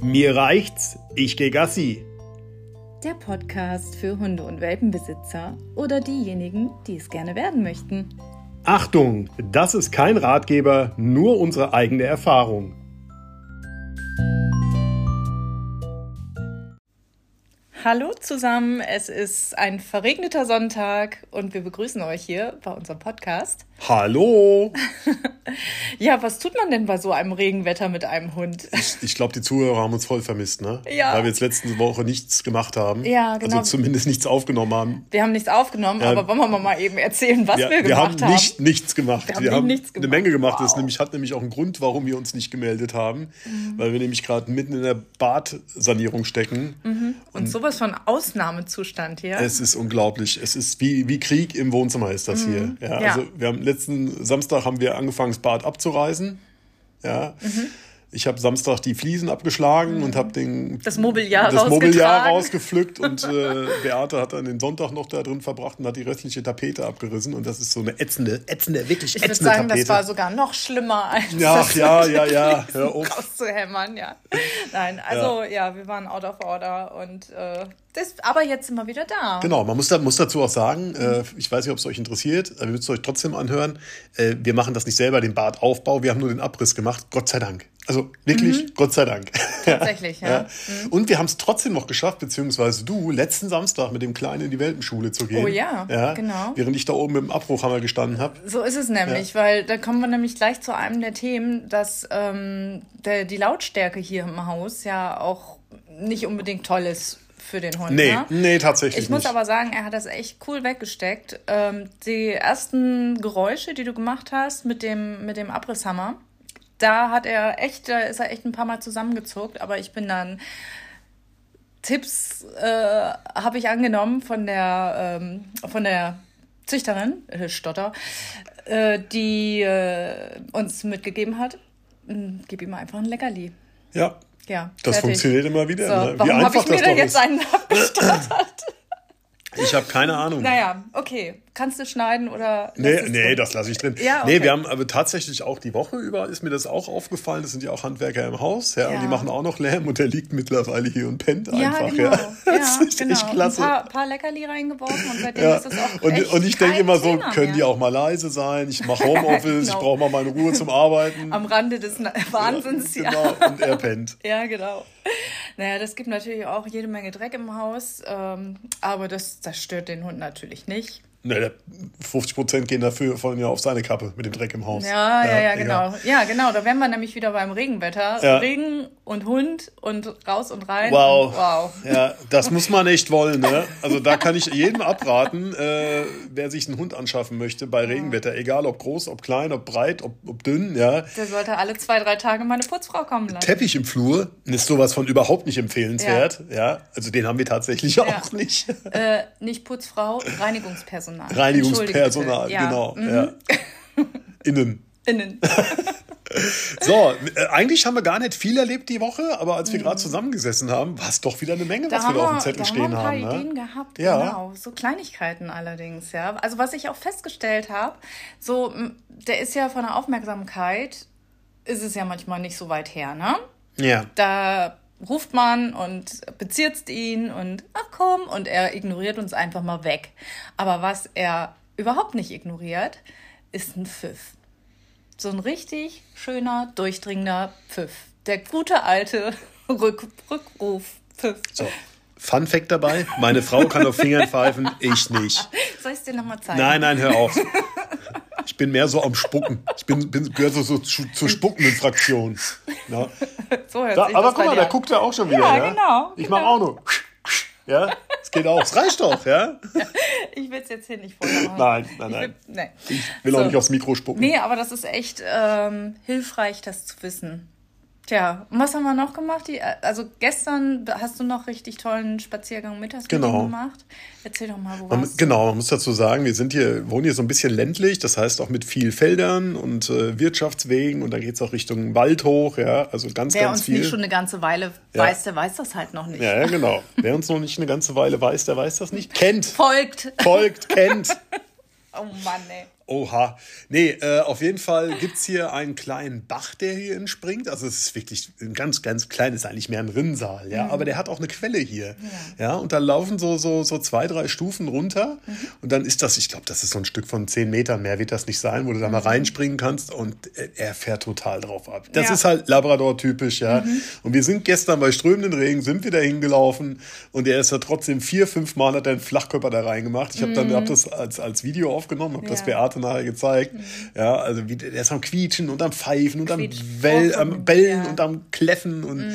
Mir reicht's, ich geh Gassi. Der Podcast für Hunde- und Welpenbesitzer oder diejenigen, die es gerne werden möchten. Achtung, das ist kein Ratgeber, nur unsere eigene Erfahrung. Hallo zusammen, es ist ein verregneter Sonntag und wir begrüßen euch hier bei unserem Podcast. Hallo! Ja, was tut man denn bei so einem Regenwetter mit einem Hund? Ich, ich glaube, die Zuhörer haben uns voll vermisst, ne? Ja. Weil wir jetzt letzte Woche nichts gemacht haben. Ja, genau. Also zumindest nichts aufgenommen haben. Wir haben nichts aufgenommen, aber wollen wir mal eben erzählen, was Ja, wir wir haben gemacht haben. nicht nichts gemacht. Wir haben nicht nichts eine gemacht. Menge gemacht. Das Wow. Mhm. nämlich, hat nämlich auch einen Grund, warum wir uns nicht gemeldet haben. Weil wir nämlich gerade mitten in der Badsanierung stecken. Mhm. und sowas von Ausnahmezustand hier. Es ist unglaublich. Es ist wie, wie Krieg im Wohnzimmer ist das hier. Ja, Mhm. Ja. Also wir haben letzten Samstag haben wir angefangen, das Bad abzureißen. Ja. Mhm. Ich habe Samstag die Fliesen abgeschlagen und habe den Das Mobiliar das Mobiliar rausgetragen. rausgepflückt und äh, Beate hat dann den Sonntag noch da drin verbracht und hat die restliche Tapete abgerissen und das ist so eine ätzende, ätzende, wirklich ich würde ätzende sagen, Tapete. das war sogar noch schlimmer als ja, das ja, ja, ja, hör auf. rauszuhämmern, ja. Nein, also ja. wir waren out of order und äh, das, aber jetzt sind wir wieder da. Genau, man muss, da, muss dazu auch sagen, äh, ich weiß nicht, ob es euch interessiert, aber wir müssen es euch trotzdem anhören. Äh, wir machen das nicht selber, den Badaufbau, wir haben nur den Abriss gemacht, Gott sei Dank. Also wirklich, Gott sei Dank. Tatsächlich, Mhm. ja. Mhm. Und wir haben es trotzdem noch geschafft, beziehungsweise du, letzten Samstag mit dem Kleinen in die Welpenschule zu gehen. Oh ja, genau. Während ich da oben mit dem Abbruchhammer gestanden habe. So ist es nämlich, weil da kommen wir nämlich gleich zu einem der Themen, dass ähm, der, die Lautstärke hier im Haus ja auch nicht unbedingt toll ist für den Hund. Nee, ne? nee, tatsächlich Ich muss nicht. aber sagen, er hat das echt cool weggesteckt. Ähm, die ersten Geräusche, die du gemacht hast mit dem, mit dem Abrisshammer, da hat er echt, da ist er echt ein paar Mal zusammengezuckt, aber ich bin dann. Tipps äh, habe ich angenommen von der, ähm, von der Züchterin, äh, Stotter, äh, die äh, uns mitgegeben hat. Hm, Gib ihm einfach ein Leckerli. ja, Ja, das fertig. funktioniert immer wieder. So, ne? Wie warum habe einfach ich mir das da doch jetzt ist. einen abgestottert? Ich habe keine Ahnung. Naja, okay. Kannst du schneiden oder. Hm. Nee, lässt es nee drin? das lasse ich drin. Ja, Nee, okay. wir haben aber tatsächlich auch die Woche über ist mir das auch aufgefallen. Das sind ja auch Handwerker im Haus, ja, Ja. und die machen auch noch Lärm und der liegt mittlerweile hier und pennt Ja, einfach. Ja. genau. Ja, Das ist genau. echt klasse. Ein paar, paar Leckerli reingeworfen und seitdem ja. ist das auch. und, echt und ich denke kein immer so, Thema können die mehr. auch mal leise sein? Ich mache Homeoffice, ich Genau. brauche mal meine Ruhe zum Arbeiten. Am Rande des Na- Wahnsinns, ja. Genau, und er pennt. Ja, genau. Naja, das gibt natürlich auch jede Menge Dreck im Haus, ähm, aber das, das stört den Hund natürlich nicht. Ne, der- 50 Prozent gehen dafür von ja auf seine Kappe mit dem Dreck im Haus. Ja, ja, ja, Digga. genau. Ja, genau, da wären wir nämlich wieder beim Regenwetter. Ja. Regen und Hund und raus und rein. Wow. Und wow. Ja, das muss man echt wollen, ne? Also da kann ich jedem abraten, äh, wer sich einen Hund anschaffen möchte bei Regenwetter, egal ob groß, ob klein, ob breit, ob, ob dünn, ja. Der sollte alle zwei, drei Tage meine Putzfrau kommen lassen. Teppich im Flur ist sowas von überhaupt nicht empfehlenswert, ja. Also den haben wir tatsächlich auch nicht. Äh, nicht Putzfrau, Reinigungspersonal. Reinigungspersonal, Entschuldige bitte. genau. Ja. Mhm. Ja. Innen. Innen. So, äh, eigentlich haben wir gar nicht viel erlebt die Woche, aber als wir gerade zusammengesessen haben, war es doch wieder eine Menge, was wir da auf dem Zettel Mhm. da stehen haben haben. wir ein paar Ne? Ideen gehabt, Ja. genau. So Kleinigkeiten allerdings, ja. Also was ich auch festgestellt habe, so, m, der ist ja von der Aufmerksamkeit, ist es ja manchmal nicht so weit her, ne? Ja. Da ruft man und bezirzt ihn und ach komm, und er ignoriert uns einfach mal weg. Aber was er überhaupt nicht ignoriert, ist ein Pfiff. So ein richtig schöner, durchdringender Pfiff. Der gute alte Rück Rückruf. Pfiff. So. Fun Fact dabei: Meine Frau kann auf Fingern pfeifen, ich nicht. Soll ich es dir nochmal zeigen? Nein, nein, hör auf. Ich bin mehr so am Spucken. Ich bin, bin gehöre so, so zu, zur spuckenden Fraktion. Ja. So hört Da, sich aber guck das bei mal, dir da an. guckt er auch schon wieder. Ja, Ja, genau, Ich genau. mache auch nur. Ja, es geht auch. Es reicht doch, ja? Ich will es jetzt hier nicht vorher machen. Nein, nein, Ich nein. Will, nee. Ich will auch So. nicht aufs Mikro spucken. nee, aber das ist echt ähm, hilfreich, das zu wissen. Tja, und was haben wir noch gemacht? Die, also gestern hast du noch richtig tollen Spaziergang mittags mit Genau. ihm gemacht. Erzähl doch mal, wo Man, warst du? genau, man muss dazu sagen, wir sind hier, wohnen hier so ein bisschen ländlich, das heißt auch mit viel Feldern und äh, Wirtschaftswegen und dann geht es auch Richtung Wald hoch, ja, also ganz, Wer ganz uns viel. nicht schon eine ganze Weile Ja. weiß, der weiß das halt noch nicht. Ja, ja, genau. Wer uns noch nicht eine ganze Weile weiß, der weiß das nicht. Kennt, Folgt. folgt, kennt. Oh Mann, ey. Oha. Nee, äh, auf jeden Fall gibt es hier einen kleinen Bach, der hier entspringt. Also es ist wirklich ein ganz, ganz kleines, eigentlich mehr ein Rinnsal, ja. Aber der hat auch eine Quelle hier. Ja, und da laufen so, so, so zwei, drei Stufen runter. Und dann ist das, ich glaube, das ist so ein Stück von zehn Metern, mehr wird das nicht sein, wo du da mal reinspringen kannst. Und äh, er fährt total drauf ab. Das Ja. ist halt Labrador-typisch, ja. Und wir sind gestern bei strömenden Regen, sind wir da hingelaufen und er ist da trotzdem vier, fünf Mal hat er einen Flachkörper da reingemacht. Ich habe dann hab das als, als Video aufgenommen, habe das Ja. Mhm. Beate nachher gezeigt. Ja, also wie, der ist am Quietschen und am Pfeifen und am, Quietscht. Well, Oh, am von- Bellen ja. Mhm. und am Kläffen und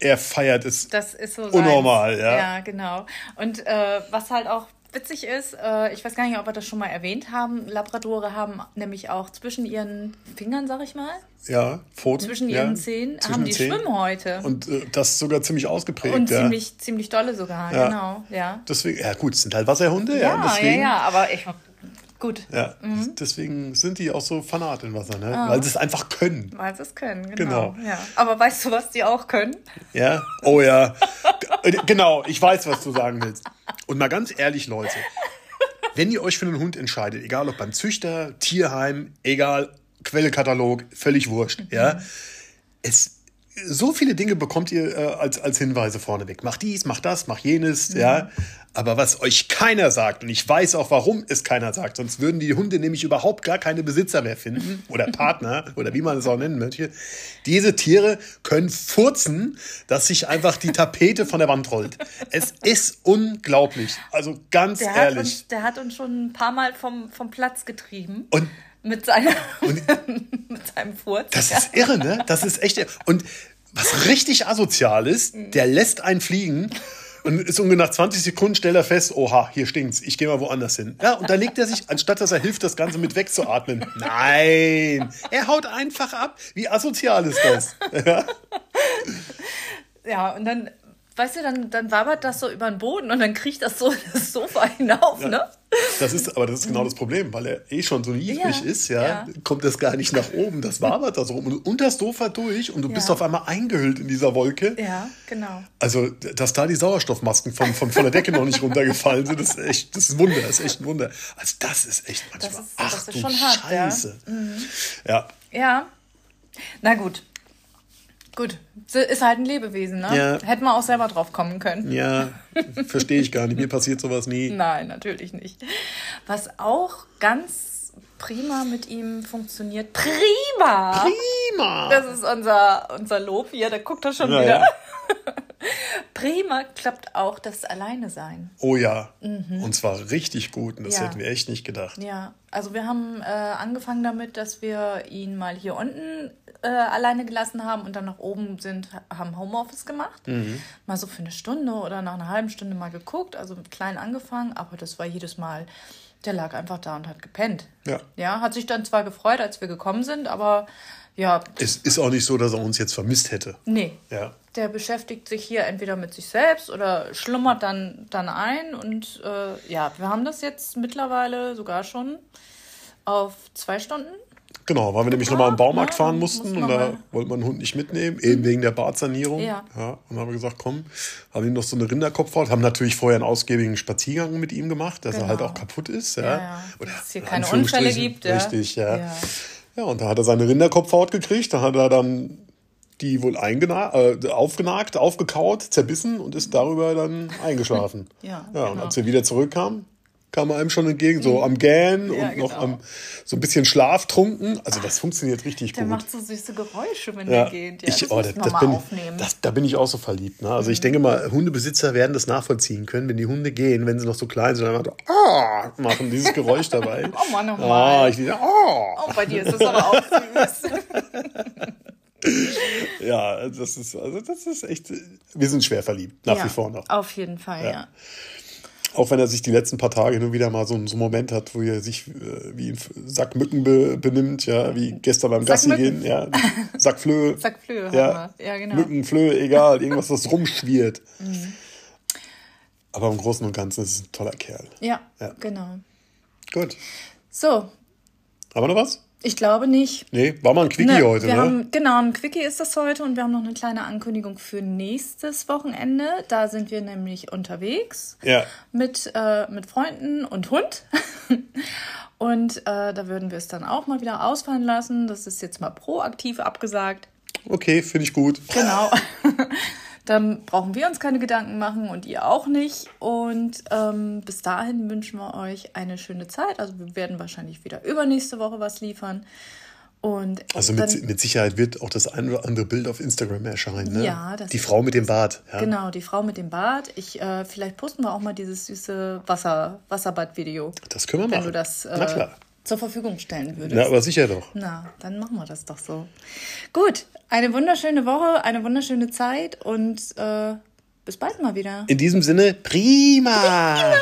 er feiert es. Das ist so Unnormal, seins. ja. Ja, genau. Und äh, was halt auch witzig ist, äh, ich weiß gar nicht, ob wir das schon mal erwähnt haben, Labradore haben nämlich auch zwischen ihren Fingern, sag ich mal, ja, Pfoten. zwischen ja, ihren Zehen, zwischen haben den die Zehen. Schwimmhäute. Und, Und äh, das sogar ziemlich ausgeprägt. ja. ziemlich, ziemlich dolle sogar, Ja. genau, ja. Deswegen, ja gut, es sind halt Wasserhunde, ja. und Ja, ja, ja, Mhm. deswegen, aber ich, gut, Ja, deswegen sind die auch so Fanat im Wasser, ne? Ah. Weil sie es einfach können. weil sie es können, genau. Genau. Ja. Aber weißt du, was die auch können? Ja? Oh ja. G- äh, genau, ich weiß, was du sagen willst. Und mal ganz ehrlich, Leute, wenn ihr euch für einen Hund entscheidet, egal ob beim Züchter, Tierheim, egal, Quellekatalog, völlig wurscht, Mhm. ja. Es, so viele Dinge bekommt ihr äh, als, als Hinweise vorneweg. Macht dies, macht das, macht jenes, Mhm. ja. Aber was euch keiner sagt, und ich weiß auch, warum es keiner sagt, sonst würden die Hunde nämlich überhaupt gar keine Besitzer mehr Mhm. finden oder Partner oder wie man es auch nennen möchte. Diese Tiere können furzen, dass sich einfach die Tapete von der Wand rollt. Es ist unglaublich. Also ganz Der hat, ehrlich. uns, der hat uns schon ein paar Mal vom, vom Platz getrieben. Und- mit, seiner, mit seinem Furz. Das ist irre, ne? Das ist echt. irre. Und was richtig asozial ist, Mhm. der lässt einen fliegen und ist ungefähr nach 20 Sekunden stellt er fest, oha, hier stinkt's, ich gehe mal woanders hin. Ja, und dann legt er sich, anstatt dass er hilft, das Ganze mit wegzuatmen. Nein, er haut einfach ab. Wie asozial ist das? Ja, und dann, weißt du, dann, dann wabert das so über den Boden und dann kriecht das so in das Sofa hinauf, ne? Das ist, aber das ist genau das Problem, weil er eh schon so niedrig Ja, ist, ja, ja. kommt das gar nicht nach oben. Das wabert da so rum und unter das Sofa durch und du bist Ja. auf einmal eingehüllt in dieser Wolke. Ja, genau. Also, dass da die Sauerstoffmasken von, von, von der Decke noch nicht runtergefallen sind, das ist echt, das ist ein Wunder, das ist echt ein Wunder. Also, das ist echt manchmal. ist- ach, das ist du schon hart, ja. Mhm. Scheiße. Ja. Ja. Na gut. Gut. So Ist halt ein Lebewesen, ne? Ja. Hätten wir auch selber drauf kommen können. ja, verstehe ich gar nicht. Mir passiert sowas nie. Nein, natürlich nicht. Was auch ganz prima mit ihm funktioniert. Prima! Das Prima! ist unser, unser Lob hier, da guckt er schon Ja, wieder. ja. Prima klappt auch das Alleine sein. Oh ja. Und zwar richtig gut. Und das Mhm. Ja. hätten wir echt nicht gedacht. Ja, also wir haben äh, angefangen damit, dass wir ihn mal hier unten äh, alleine gelassen haben und dann nach oben sind, haben Homeoffice gemacht. Mal so für eine Stunde oder nach einer halben Stunde mal geguckt, also klein angefangen, aber das war jedes Mal, der lag einfach da und hat gepennt. Ja. Ja, hat sich dann zwar gefreut, als wir gekommen sind, aber ja, Es ist auch nicht so, dass er uns jetzt vermisst hätte. nee. Ja. Der beschäftigt sich hier entweder mit sich selbst oder schlummert dann, dann ein. Und äh, ja, wir haben das jetzt mittlerweile sogar schon auf zwei Stunden. Genau, weil wir nämlich nochmal im Baumarkt ja, fahren dann mussten mussten und wir da mal. wollte man den Hund nicht mitnehmen, eben wegen der Bartsanierung. Ja. ja und dann haben wir gesagt, komm, haben ihm noch so eine Rinderkopfhaut, haben natürlich vorher einen ausgiebigen Spaziergang mit ihm gemacht, dass er Genau. halt auch kaputt ist. Ja, Ja, ja, Oder dass es hier in keine Anführungsstrichen, Unfälle gibt, ja. Richtig, ja. ja. Ja. und da hat er seine Rinderkopfhaut gekriegt, da hat er dann die wohl eingena äh, aufgenagt, aufgekaut, zerbissen und ist darüber dann eingeschlafen. Ja, ja und genau. Mhm. als wir wieder zurückkamen, kam er einem schon entgegen, so am Gähnen Ja, und noch genau. am so ein bisschen schlaftrunken. Also das funktioniert richtig Der gut. macht so süße Geräusche, wenn ja, er geht. Ja, ich, das oh, muss das, man das mal bin, aufnehmen. Mhm. das, da bin ich auch so verliebt. Ne? Also ich denke mal, Hundebesitzer werden das nachvollziehen können, wenn die Hunde gehen, wenn sie noch so klein sind, dann machen die, ah, machen dieses Geräusch dabei. Oh Mann, oh Mann. Ah, ich liebe, ah. oh, bei dir ist das aber auch süß. Ja, das ist, also das ist echt, wir sind schwer verliebt, nach ja, wie vor noch. Auf jeden Fall, ja. Auch wenn er sich die letzten paar Tage nur wieder mal so, einen- so einen Moment hat, wo er sich äh, wie ein F- Sack Mücken be, benimmt, ja, wie gestern beim Gassi Sackmücken. gehen, ja. Sack Flöhe. Sack Flöhe haben ja. wir. Ja, genau. Mhm. Mücken, Flöhe, egal, irgendwas, das rumschwirrt. Aber im Großen und Ganzen ist es ein toller Kerl. Ja, Ja. genau. Gut. So, Haben wir noch was? Ich glaube nicht. Nee, war mal ein Quickie Ne, heute, wir ne? Haben, genau, ein Quickie ist das heute und wir haben noch eine kleine Ankündigung für nächstes Wochenende. Da sind wir nämlich unterwegs ja. mit, äh, mit Freunden und Hund. und äh, da würden wir es dann auch mal wieder ausfallen lassen. Das ist jetzt mal proaktiv abgesagt. Okay, finde ich gut. Genau. Dann brauchen wir uns keine Gedanken machen und ihr auch nicht. Und ähm, bis dahin wünschen wir euch eine schöne Zeit. Also wir werden wahrscheinlich wieder übernächste Woche was liefern. Und Also dann- mit, mit Sicherheit wird auch das ein oder andere Bild auf Instagram erscheinen, ne? Ja, das Die ist- Frau mit dem Bart. Ja. Genau, die Frau mit dem Bart. Ich, äh, vielleicht posten wir auch mal dieses süße Wasser, Wasserbad-Video. Das können wir Wenn machen. du das Na äh, klar. zur Verfügung stellen würdest. Na, aber sicher doch. Na, dann machen wir das doch so. Gut, eine wunderschöne Woche, eine wunderschöne Zeit und äh, bis bald mal wieder. In diesem Sinne, prima!